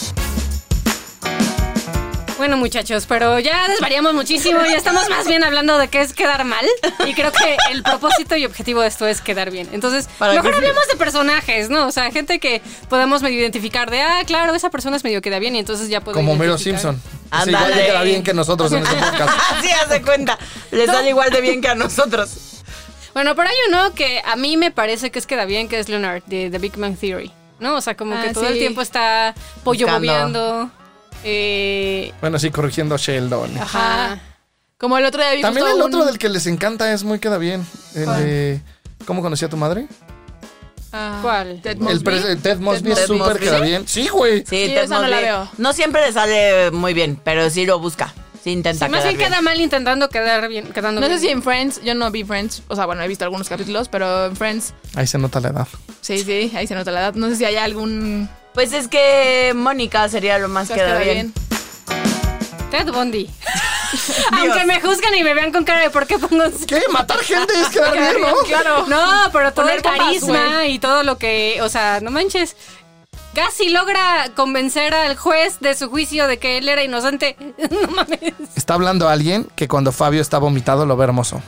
C: Bueno, muchachos, pero ya desvariamos muchísimo. Ya estamos más bien hablando de qué es quedar mal. Y creo que el propósito y objetivo de esto es quedar bien. Entonces,
B: Para
C: mejor
B: que-
C: hablemos de personajes, ¿no? O sea, gente que podemos medio identificar de, ah, claro, esa persona es medio queda bien. Y entonces ya podemos.
E: Como Mero Simpson. Es igual
B: Ándale.
E: de queda bien que nosotros en este podcast.
B: Así hace cuenta. Les sale igual de bien que a nosotros.
C: Bueno, pero hay uno que a mí me parece que es queda bien, que es Leonard, de The Big Man Theory. ¿No? O sea, como
D: Ah,
C: que todo
D: sí.
C: el tiempo está pollo
B: Buscando.
C: bobeando. Eh,
E: Bueno, sí, corrigiendo a Sheldon.
C: ajá.
D: Como el otro día vimos.
E: También
D: todo
E: el otro
D: Ah, un-
E: del que les encanta es muy queda bien. El de. ¿Cómo conocí a tu madre?
D: Ah,
C: ¿Cuál?
D: Ted
E: El
D: Mosby.
E: pre- Ted Mosby es
B: Ted
E: súper
B: Mosby.
E: queda
B: ¿Sí?
E: bien. Sí, güey.
B: Sí,
D: Sí,
B: Ted
D: esa no la
B: Mosby.
D: veo.
B: No siempre le sale muy bien, pero sí lo busca. Sí intenta
C: Más
B: quedar
C: bien
B: bien.
C: queda mal intentando quedar bien. Quedando
D: No sé
C: bien.
D: si en Friends, yo no vi Friends, o sea, bueno, he visto algunos capítulos, pero en Friends,
E: Ahí se nota la edad.
D: sí, sí, ahí se nota la edad. No sé si hay algún...
B: Pues es que Mónica sería lo más
D: que
B: que queda bien.
C: Ted
D: *laughs*
C: Bundy. Aunque me juzgan y me vean con cara de por qué pongo. *laughs*
E: ¿Qué? Matar gente es quedar bien, ¿no?
D: Claro.
C: No, pero todo
D: Poner
C: el
D: bombas,
C: carisma y todo lo que. O sea, no manches. Casi logra convencer al juez de su juicio de que él era inocente. *laughs* No mames.
E: Está hablando alguien que cuando Fabio está vomitado lo ve hermoso.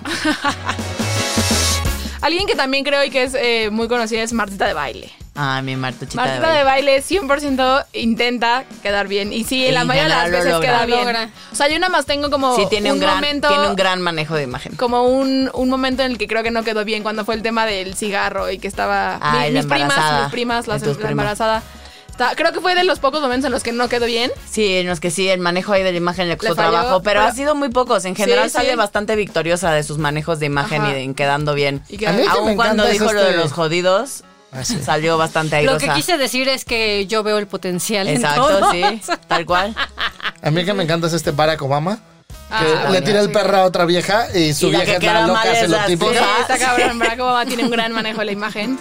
D: Alguien que también creo y que es eh, muy conocida es Martita de Baile.
B: Ah, mi Martuchita de
D: Martita
B: baile.
D: de baile 100% intenta quedar bien. Y sí,
B: Y
D: la mayoría de
B: ya
D: las
B: lo
D: veces
B: logra.
D: queda bien.
C: Logra.
D: O sea, yo nada más tengo como
B: Sí, tiene un, gran,
D: Oh, momento,
B: tiene un gran manejo de imagen.
D: como un, un momento en el que creo que no quedó bien, cuando fue el tema del cigarro y que estaba
B: Ah,
D: mi-
B: y la
D: mis primas,
B: embarazada.
D: mis primas, las,
B: Y tus
D: la
B: primas.
D: embarazada. Está- creo que fue de los pocos momentos en los que no quedó bien.
B: Sí, en los que sí, el manejo ahí de la imagen le costó
D: falló,
B: trabajo, pero,
D: pero-
B: ha sido muy pocos. En general
D: Sí,
B: sale
D: sí.
B: bastante victoriosa de sus manejos de imagen
D: Ajá.
B: y de- en quedando bien.
D: Y que-
E: A mí que me
B: Aún cuando
E: encanta es
B: dijo lo de
E: este-
B: los jodidos,
E: Ah, sí.
B: salió bastante
C: Lo que
B: airosa.
C: quise decir es que yo veo el potencial. en
B: Exacto,
C: todos.
B: sí, tal cual.
E: A mí el que me encanta es este Barack Obama.
D: Ah,
E: que le
B: también,
E: tira el perro a otra vieja y su
B: Y la que
E: vieja es
B: queda
E: la
B: mal
E: loca,
B: es
E: se lo
B: la
E: típico.
B: esposa.
D: está
B: sí.
D: cabrón, Barack Obama tiene un gran manejo de la imagen.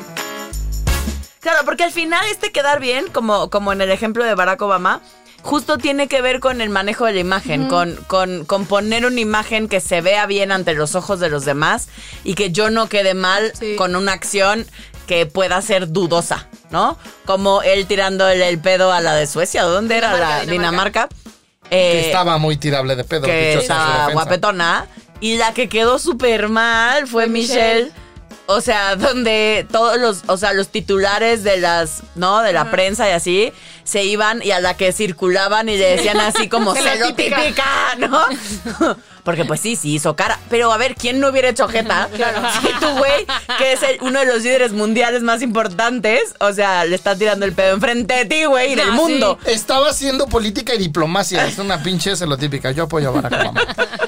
B: Claro, porque al final este quedar bien, como, como en el ejemplo de Barack Obama, justo tiene que ver con el manejo de la imagen, con, con, con poner una imagen que se vea bien ante los ojos de los demás y que yo no quede mal
D: Sí.
B: con una acción que pueda ser dudosa, ¿no? Como él tirando el, el pedo a la de Suecia, ¿o ¿dónde era
D: Dinamarca,
B: la
D: Dinamarca.
B: Dinamarca? Eh,
E: Que estaba muy tirable de pedo.
B: que
E: dicho sea su
B: estaba
E: defensa.
B: guapetona. Y la que quedó súper mal fue
D: Fue
B: Michelle.
D: Michelle.
B: O sea, *laughs* donde todos los, o sea, los titulares de las, ¿no? De la prensa y así, se iban y a la que circulaban y le decían así como
D: Se la
B: cero típica.
D: típica".
B: ¿no? *laughs* Porque pues sí, sí hizo cara. Pero a ver, ¿quién no hubiera hecho jeta? Si tu güey, que es el- uno de los líderes mundiales más importantes, o sea, le está tirando el pedo enfrente de ti, güey, y del
C: No, sí.
B: mundo.
E: Estaba haciendo política y diplomacia. Es una pinche celotípica. Yo apoyo a
B: *laughs*
E: Barack Obama.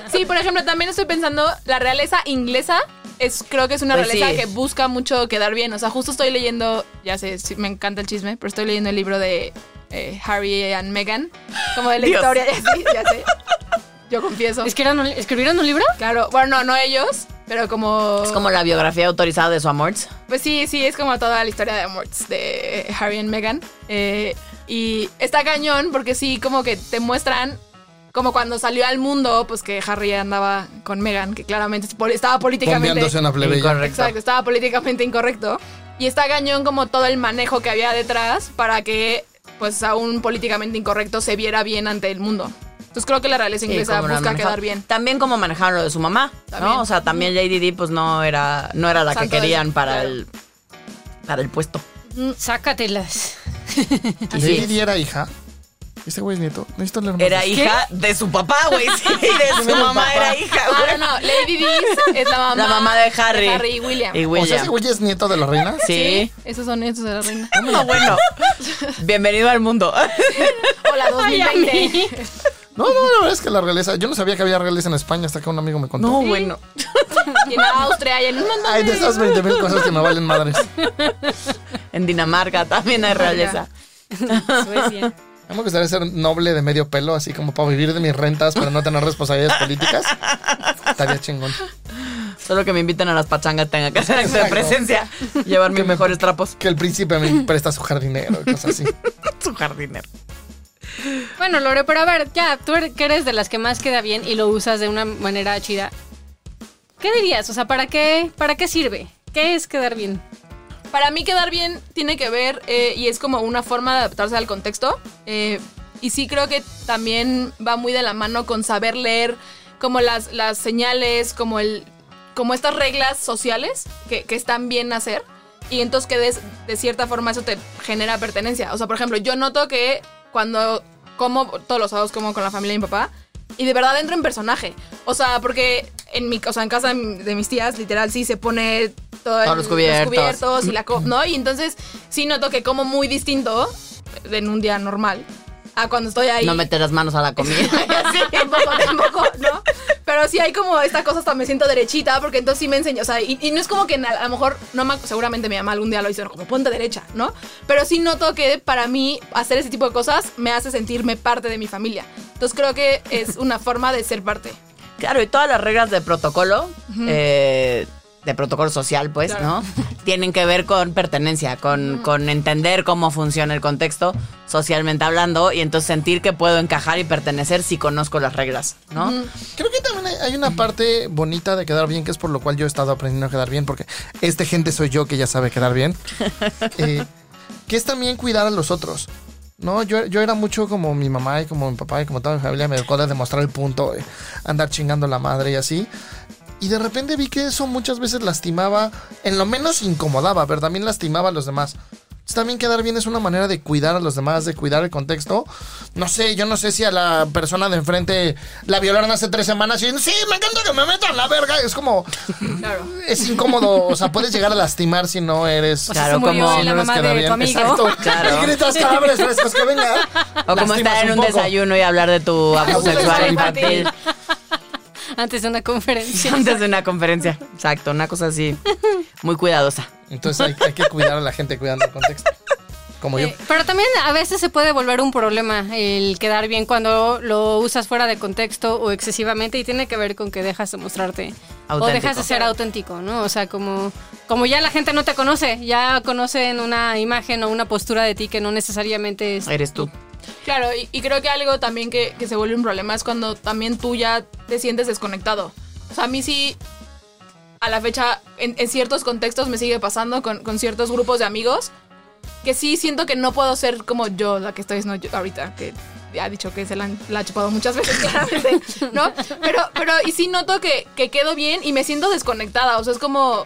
D: Sí, por ejemplo, también estoy pensando, la realeza inglesa es creo que es una
B: Pues
D: realeza
B: sí.
D: que busca mucho quedar bien. O sea, justo estoy leyendo, ya sé, sí, me encanta el chisme, pero estoy leyendo el libro de eh, Harry and Meghan, como de la
B: Dios.
D: historia, ya sé, ya sé. Yo confieso.
C: Es que eran un- *laughs* escribieron un libro.
D: Claro, bueno, no, no ellos, pero como...
B: Es como la biografía autorizada de su amor.
D: Pues sí, sí, es como toda la historia de amor de Harry y Meghan. Eh, y está cañón porque sí, como que te muestran, como cuando salió al mundo, pues que Harry andaba con Meghan, que claramente es pol- estaba políticamente...
E: Bombeándose una plebeya.
D: Exacto, estaba políticamente incorrecto. Y está cañón como todo el manejo que había detrás para que, pues aún políticamente incorrecto, se viera bien ante el mundo. Entonces creo que la realeza
B: Sí,
D: inglesa
B: cómo lo
D: busca
B: manejaron.
D: quedar bien.
B: También como manejaron lo de su mamá,
D: También.
B: ¿no? O sea, también Lady Di pues no era, no era la
D: Santo
B: que querían
D: del-
B: para
D: claro.
B: el para el puesto.
D: Mm.
C: Sácatelas.
B: Así
E: Lady
B: es.
E: Di era hija. Este güey es nieto. Necesito leer más.
B: Era hija de su papá, güey. Sí,
D: *laughs*
B: de su
E: Era el
B: mamá
E: papá.
B: era hija,
D: Ah,
B: güey.
D: no, no,
B: *laughs*
D: Lady Di es la mamá,
B: La mamá de Harry.
D: y William.
B: Y
E: O sea,
B: William.
E: ese güey es nieto de la reina.
B: sí. Ah,
D: Esos son estos de la reina.
B: No, bueno. Bienvenido al mundo.
D: *laughs*
B: *laughs*
D: Hola, 2020.
E: No, no, la verdad es que la realeza. Yo no sabía que había realeza en España hasta que un amigo me contó.
B: No, bueno.
D: *laughs* y en Austria y en un montón
E: Ay, de esas 20 mil cosas que me valen madres.
B: En Dinamarca también
D: Ah,
B: hay realeza.
C: *laughs* Suecia.
E: A mí me gustaría ser noble de medio pelo, así como para vivir de mis rentas, pero no tener responsabilidades políticas. Estaría chingón.
B: Solo que me inviten a las pachangas tenga que hacer acto de
E: Exacto.
B: presencia. Llevar mis mejores trapos.
E: Que el príncipe me presta su jardinero y cosas así.
B: Su jardinero.
C: Bueno, Lore, pero a ver, ya, tú er- que eres de las que más queda bien y lo usas de una manera chida. ¿Qué dirías? O sea, ¿para qué, para qué sirve? ¿Qué es quedar bien?
D: Para mí quedar bien tiene que ver eh, y es como una forma de adaptarse al contexto. eh, y sí creo que también va muy de la mano con saber leer como las, las señales, como, el, como estas reglas sociales que, que están bien hacer. Y entonces que des- de cierta forma eso te genera pertenencia. O sea, por ejemplo, yo noto que cuando como todos los sábados como con la familia de mi papá, Y de verdad entro en personaje. O sea, porque en mi, o sea, en casa de mi- de mis tías, literal, sí se pone todo el-
B: Todos los cubiertos.
D: cubiertos y la co- ¿no? Y entonces sí noto que como muy distinto en un día normal a cuando estoy ahí.
B: No meter las manos a la
D: *laughs*
B: comida.
D: Sí, tampoco, tampoco, ¿no? Pero sí hay como esta cosa hasta me siento derechita, porque entonces sí me enseñó, o sea, y, y no es como que a, a lo mejor, no me- seguramente mi mamá algún día lo hizo, como ponte derecha, ¿no? Pero sí noto que para mí hacer ese tipo de cosas me hace sentirme parte de mi familia. Entonces creo que es una forma de ser parte.
B: Claro, y todas las reglas de protocolo, eh, de protocolo social, pues, *laughs*
D: Claro.
B: ¿no? Tienen que ver con pertenencia, con, con entender cómo funciona el contexto socialmente hablando y entonces sentir que puedo encajar y pertenecer si conozco las reglas, ¿no?
E: Creo que también hay- hay una parte bonita de quedar bien, que es por lo cual yo he estado aprendiendo a quedar bien, porque este gente soy yo que ya sabe quedar bien. Eh, que es también cuidar a los otros. No, yo, yo era mucho como mi mamá y como mi papá y como toda mi familia me educó de demostrar el punto, eh, andar chingando a la madre y así. Y de repente vi que eso muchas veces lastimaba, en lo menos incomodaba, pero también lastimaba a los demás. Entonces, también quedar bien es una manera de cuidar a los demás, de cuidar el contexto. No sé, yo no sé si a la persona de enfrente la violaron hace tres semanas y sí, me encanta que me metan la verga. Es como, es incómodo, o sea, puedes llegar a lastimar si no eres...
C: O sea,
B: Claro,
C: Pues se murió
B: como-
C: la
E: no les
C: mamá
E: queda
C: de
E: bien.
C: tu amigo. *laughs*
E: Exacto.
B: Claro.
E: Y *laughs* gritas cabres frescos que vengan.
B: O como estar en un, desayuno y hablar de *laughs* tu abuso
E: Abuso
B: sexual
E: infantil.
B: infantil
C: Antes de una
B: *laughs*
C: conferencia.
B: antes de una conferencia. Exacto, una cosa así muy cuidadosa.
E: Entonces hay, hay que cuidar a la gente cuidando el contexto. Como yo.
C: Eh, Pero también a veces se puede volver un problema el quedar bien cuando lo usas fuera de contexto o excesivamente y tiene que ver con que dejas de mostrarte o
B: Auténtico.
C: dejas de ser auténtico, ¿no? O sea, como, como ya la gente no te conoce, ya conocen una imagen o una postura de ti que no necesariamente es...
B: Eres tú.
D: Claro, y, y creo que algo también que, que se vuelve un problema es cuando también tú ya te sientes desconectado. O sea, a mí sí, a la fecha, en, en ciertos contextos me sigue pasando con, con ciertos grupos de amigos, que sí siento que no puedo ser como yo, la que estoy no, yo, ahorita, que ya ha dicho que se la, han- la ha chupado muchas veces, *laughs* claramente, ¿no? Pero, pero y sí noto que, que quedo bien y me siento desconectada, o sea, es como...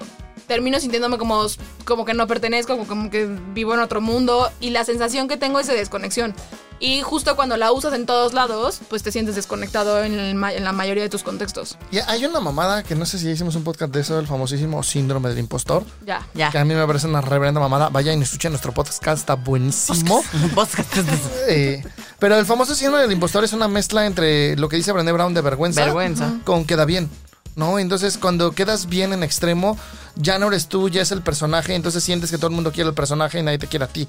D: Termino sintiéndome como, como que no pertenezco, como, como que vivo en otro mundo y la sensación que tengo es de desconexión. Y justo cuando la usas en todos lados, pues te sientes desconectado en, el ma- en la mayoría de tus contextos.
E: Y hay una mamada que no sé si hicimos un podcast de eso, el famosísimo síndrome del impostor.
D: Ya.
B: Ya.
E: Que a mí me parece una reverenda mamada. Vayan y escuchen nuestro podcast, está buenísimo.
B: Podcast.
E: *laughs* Eh, pero el famoso síndrome del impostor es una mezcla entre lo que dice Brené Brown de vergüenza,
B: Vergüenza.
E: con queda bien. ¿No? Entonces, cuando quedas bien en extremo, ya no eres tú, ya es el personaje. Entonces sientes que todo el mundo quiere el personaje y nadie te quiere a ti.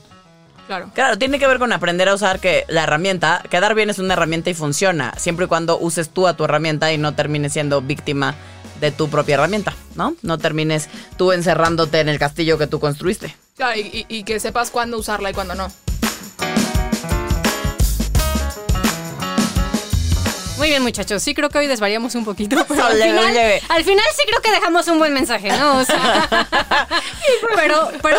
D: Claro.
B: Claro, tiene que ver con aprender a usar que la herramienta, quedar bien es una herramienta y funciona, siempre y cuando uses tú a tu herramienta y no termines siendo víctima de tu propia herramienta, ¿no? No termines tú encerrándote en el castillo que tú construiste. *laughs*
D: Claro, y, y- y que sepas cuándo usarla y cuándo no.
C: Muy bien, muchachos. Sí creo que hoy desvariamos un poquito.
D: *laughs*
C: Pero al,
B: Leve,
C: final,
B: leve.
C: al final sí creo que dejamos un buen mensaje, ¿no? O sea,
D: *laughs*
C: pero, pero,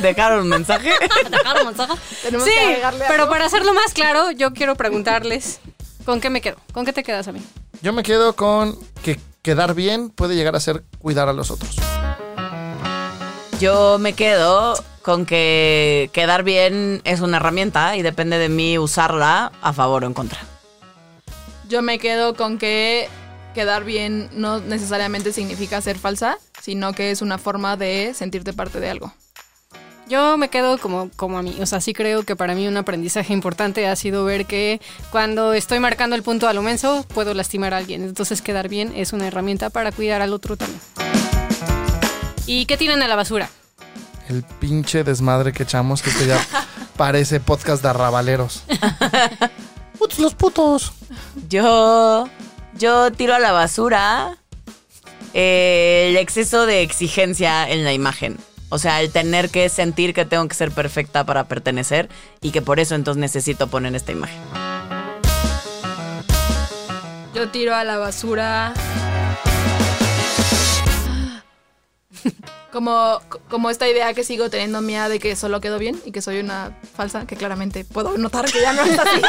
B: Dejar un mensaje.
C: dejar un mensaje.
D: Tenemos
C: sí,
D: que agregarle
C: pero
D: algo.
C: para hacerlo más claro, yo quiero preguntarles, ¿con qué me quedo? ¿Con qué te quedas a mí?
E: Yo me quedo con que quedar bien puede llegar a ser cuidar a los otros.
B: Yo me quedo con que quedar bien es una herramienta y depende de mí usarla a favor o en contra.
D: Yo me quedo con que quedar bien no necesariamente significa ser falsa, sino que es una forma de sentirte parte de algo.
C: Yo me quedo como, como a mí, o sea, sí creo que para mí un aprendizaje importante ha sido ver que cuando estoy marcando el punto a lo menso, puedo lastimar a alguien. Entonces quedar bien es una herramienta para cuidar al otro también. ¿Y qué tiran a la basura?
E: El pinche desmadre que echamos, que esto ya parece podcast de arrabaleros. Putos los putos.
B: Yo, yo tiro a la basura eh, el exceso de exigencia en la imagen. O sea, el tener que sentir que tengo que ser perfecta para pertenecer y que por eso entonces necesito poner esta imagen.
D: Yo tiro a la basura. *gasps* Como, como esta idea que sigo teniendo mía de que solo quedo bien y que soy una falsa, que claramente puedo notar que ya no
B: *laughs*
D: es así.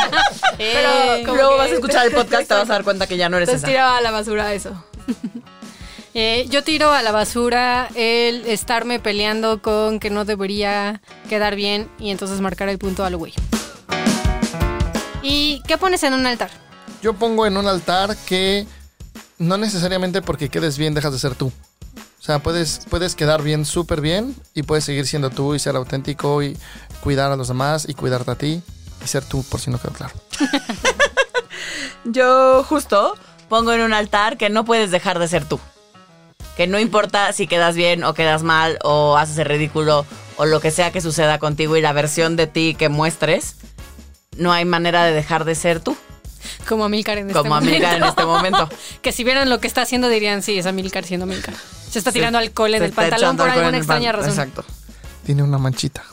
D: Pero
B: Eh,
D: como
B: Luego
D: que-
B: vas a escuchar el podcast, te vas a dar cuenta que ya no eres
D: *laughs* Entonces
B: esa.
D: tiro a la basura eso.
C: Eh, yo tiro a la basura el estarme peleando con que no debería quedar bien y entonces marcar el punto al güey. ¿Y qué pones en un altar?
E: Yo pongo en un altar que no necesariamente porque quedes bien dejas de ser tú. O sea, puedes, puedes quedar bien, súper bien, y puedes seguir siendo tú y ser auténtico y cuidar a los demás y cuidarte a ti y ser tú, por si no quedó claro.
B: Yo justo pongo en un altar que no puedes dejar de ser tú. Que no importa si quedas bien o quedas mal o haces el ridículo o lo que sea que suceda contigo y la versión de ti que muestres, no hay manera de dejar de ser tú
C: Como Amilcar en este
B: como
C: momento.
B: amiga en este
C: *laughs*
B: momento.
C: Que si vieran lo que está haciendo dirían, sí, es Amilcar siendo Amilcar. Se está tirando alcohol en
B: Se
C: el
B: está
C: pantalón
B: echando
C: por
B: alcohol en
C: alguna
B: el pan-
C: extraña razón.
B: Exacto.
E: Tiene una manchita.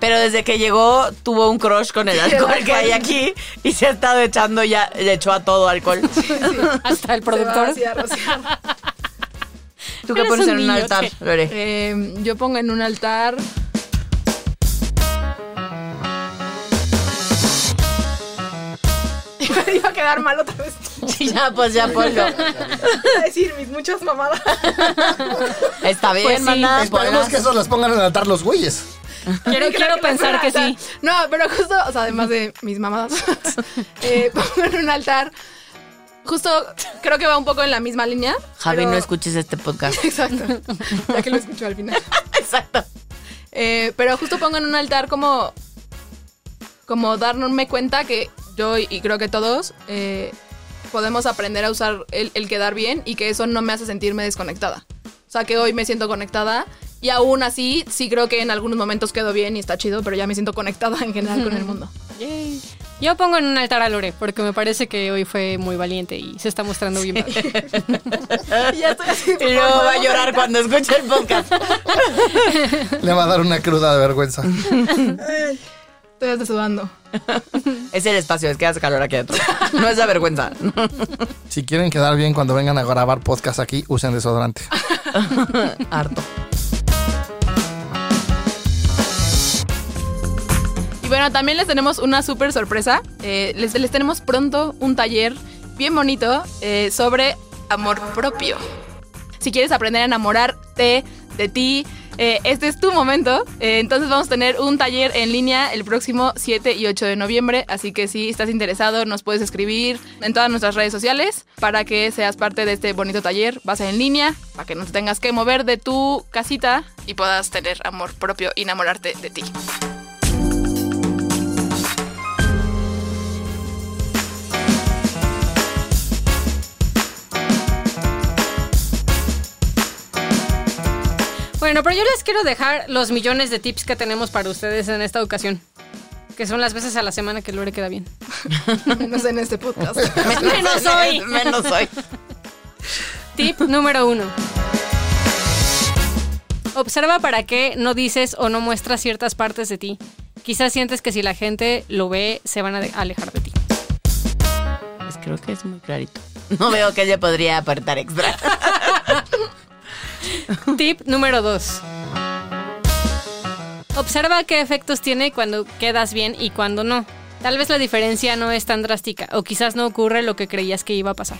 B: Pero desde que llegó tuvo un crush con
C: *laughs*
B: el alcohol que hay aquí y se ha estado echando ya, le echó a todo
C: *laughs*
B: alcohol.
C: *laughs* Hasta el productor.
D: Se va a vaciar, Rocío.
B: ¿Tú qué
C: Eres
B: pones
C: un
B: en un
C: niño,
B: altar,
C: che.
B: Lore?
D: Eh, yo pongo en un *laughs* altar. Iba a quedar mal otra vez.
B: *laughs*
D: *laughs*
B: Ya, pues ya ponlo.
D: Iba a decir mis muchas mamadas.
B: Está bien,
C: Pues sí.
B: maná,
E: Esperemos
B: ponlas.
E: que eso las pongan en el altar los güeyes.
C: *laughs*
D: *laughs*
C: Quiero, quiero pensar que sí.
D: No, pero justo, o sea, además de mis mamadas, *laughs* eh, *laughs* pongo en un altar. Justo creo que va un poco en la misma línea.
B: Javi,
D: pero-
B: no escuches este podcast.
C: *laughs*
D: *laughs* Exacto. Ya que lo escucho al final.
B: Exacto.
D: Eh, pero justo pongo en un altar como. Como darme cuenta que yo y creo que todos eh, podemos aprender a usar el, el quedar bien y que eso no me hace sentirme desconectada. O sea, que hoy me siento conectada y aún así sí creo que en algunos momentos quedo bien y está chido, pero ya me siento conectada en general *laughs* con el mundo.
C: Yay. Yo pongo en un altar a Lore, porque me parece que hoy fue muy valiente y se está mostrando bien padre.
D: Y ya estoy así,
B: Y luego va a llorar cuando escuche el
C: *laughs*
B: podcast.
E: Le va a dar una cruda de vergüenza.
D: Estoy hasta sudando.
B: Es el espacio, es que hace calor aquí adentro. No es la vergüenza. *laughs*
E: Si quieren quedar bien cuando vengan a grabar podcast aquí, usen desodorante.
B: Harto.
D: Y bueno, también les tenemos una súper sorpresa. Eh, les, les tenemos pronto un taller bien bonito eh, sobre amor propio. Si quieres aprender a enamorarte de ti, eh, este es tu momento. Eh, entonces vamos a tener un taller en línea el próximo 7 y 8 de noviembre. Así que si estás interesado, nos puedes escribir en todas nuestras redes sociales para que seas parte de este bonito taller. Va a ser en línea, para que no te tengas que mover de tu casita y puedas tener amor propio y enamorarte de ti.
C: Bueno, pero yo les quiero dejar los millones de tips que tenemos para ustedes en esta ocasión. Que son las veces a la semana que Lore queda bien.
D: *laughs* No sé en este podcast.
C: Menos hoy.
B: *laughs* Menos hoy.
C: *laughs* Tip número uno. Observa para qué no dices o no muestras ciertas partes de ti. Quizás sientes que si la gente lo ve, se van a de- alejar *laughs* de ti.
B: Pues creo que es muy clarito. No veo que ella podría aportar extra.
C: Tip número 2. Observa qué efectos tiene cuando quedas bien y cuando no. Tal vez la diferencia no es tan drástica o quizás no ocurre lo que creías que iba a pasar.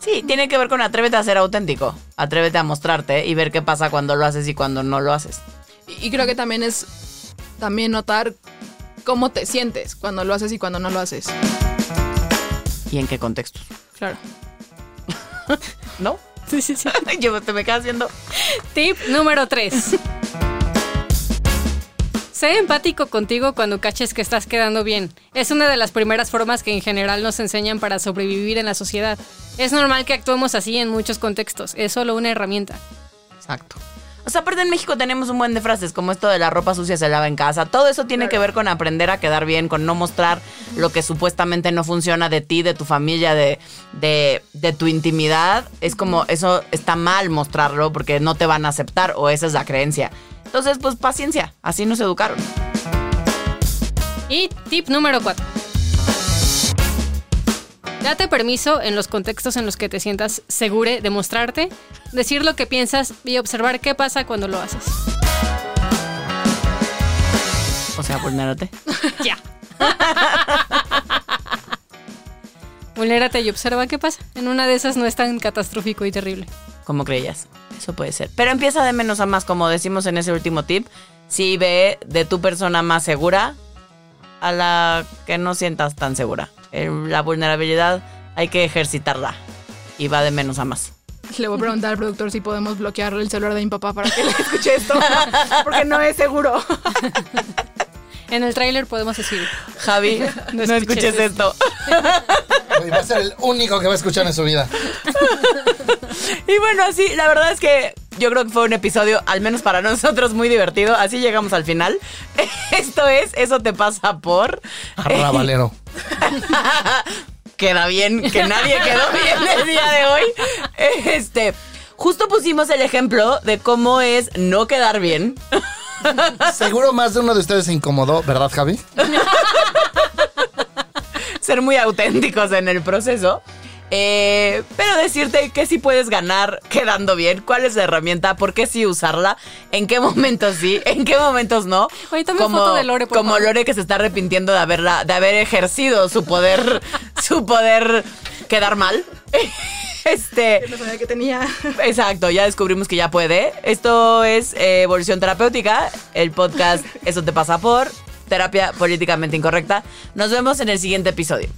B: Sí, tiene que ver con atrévete a ser auténtico. Atrévete a mostrarte y ver qué pasa cuando lo haces y cuando no lo haces.
D: *laughs* Y y creo que también es también notar cómo te sientes cuando lo haces y cuando no lo haces.
B: Y en qué contextos.
D: Claro.
B: ¿No? *laughs*
C: Sí, sí, sí.
B: Yo te me quedas haciendo.
C: Tip número 3. Sé empático contigo cuando caches que estás quedando bien. Es una de las primeras formas que en general nos enseñan para sobrevivir en la sociedad. Es normal que actuemos así en muchos contextos, es solo una herramienta.
B: Exacto. O sea, aparte en México tenemos un buen de frases, como esto de la ropa sucia se lava en casa. Todo eso tiene que ver con aprender a quedar bien, con no mostrar lo que supuestamente no funciona de ti, de tu familia, de, de, de tu intimidad. Es como, eso está mal mostrarlo porque no te van a aceptar o esa es la creencia. Entonces, pues paciencia, así nos educaron.
C: Y tip número 4. Date permiso en los contextos en los que te sientas seguro de mostrarte, decir lo que piensas y observar qué pasa cuando lo haces.
B: O sea, vulnérate.
C: Ya. *laughs* Vulnérate y observa qué pasa. En una de esas no es tan catastrófico y terrible.
B: como creías. Eso puede ser. Pero empieza de menos a más, como decimos en ese último tip. Si ve de tu persona más segura a la que no sientas tan segura. El- La vulnerabilidad hay que ejercitarla. Y va de menos a más.
D: Le voy a preguntar al productor si podemos bloquear el celular de mi papá para que le escuche esto. Porque no es seguro.
C: En el tráiler podemos decir.
B: Javi, *laughs* no,
C: escuches
B: escuches esto.
E: Güey, Va a ser el único que va a escuchar en su vida.
B: Y bueno, así, la verdad es que yo creo que fue un episodio, al menos para nosotros, muy divertido. Así llegamos al final. *laughs* Esto es, eso te pasa por...
E: Arra Valero.
B: *laughs* queda bien, que nadie quedó bien el día de hoy. Este, justo pusimos el ejemplo de cómo es no quedar bien.
E: Seguro más de uno de ustedes se incomodó, ¿verdad, Javi?
B: ser muy auténticos en el proceso. Eh, pero decirte que sí puedes ganar quedando bien, cuál es la herramienta, por qué sí usarla, en qué momentos sí, en qué momentos no.
C: Oye, tome foto de Lore, por
B: como
C: favor.
B: Lore que se está arrepintiendo de haberla, de haber ejercido su poder, su poder quedar mal. *laughs* Este,
D: *laughs* No sabía que tenía.
B: Exacto, ya descubrimos que ya puede. Esto es eh, Evolución Terapéutica, el podcast Eso te pasa por Terapia Políticamente Incorrecta. Nos vemos en el siguiente episodio.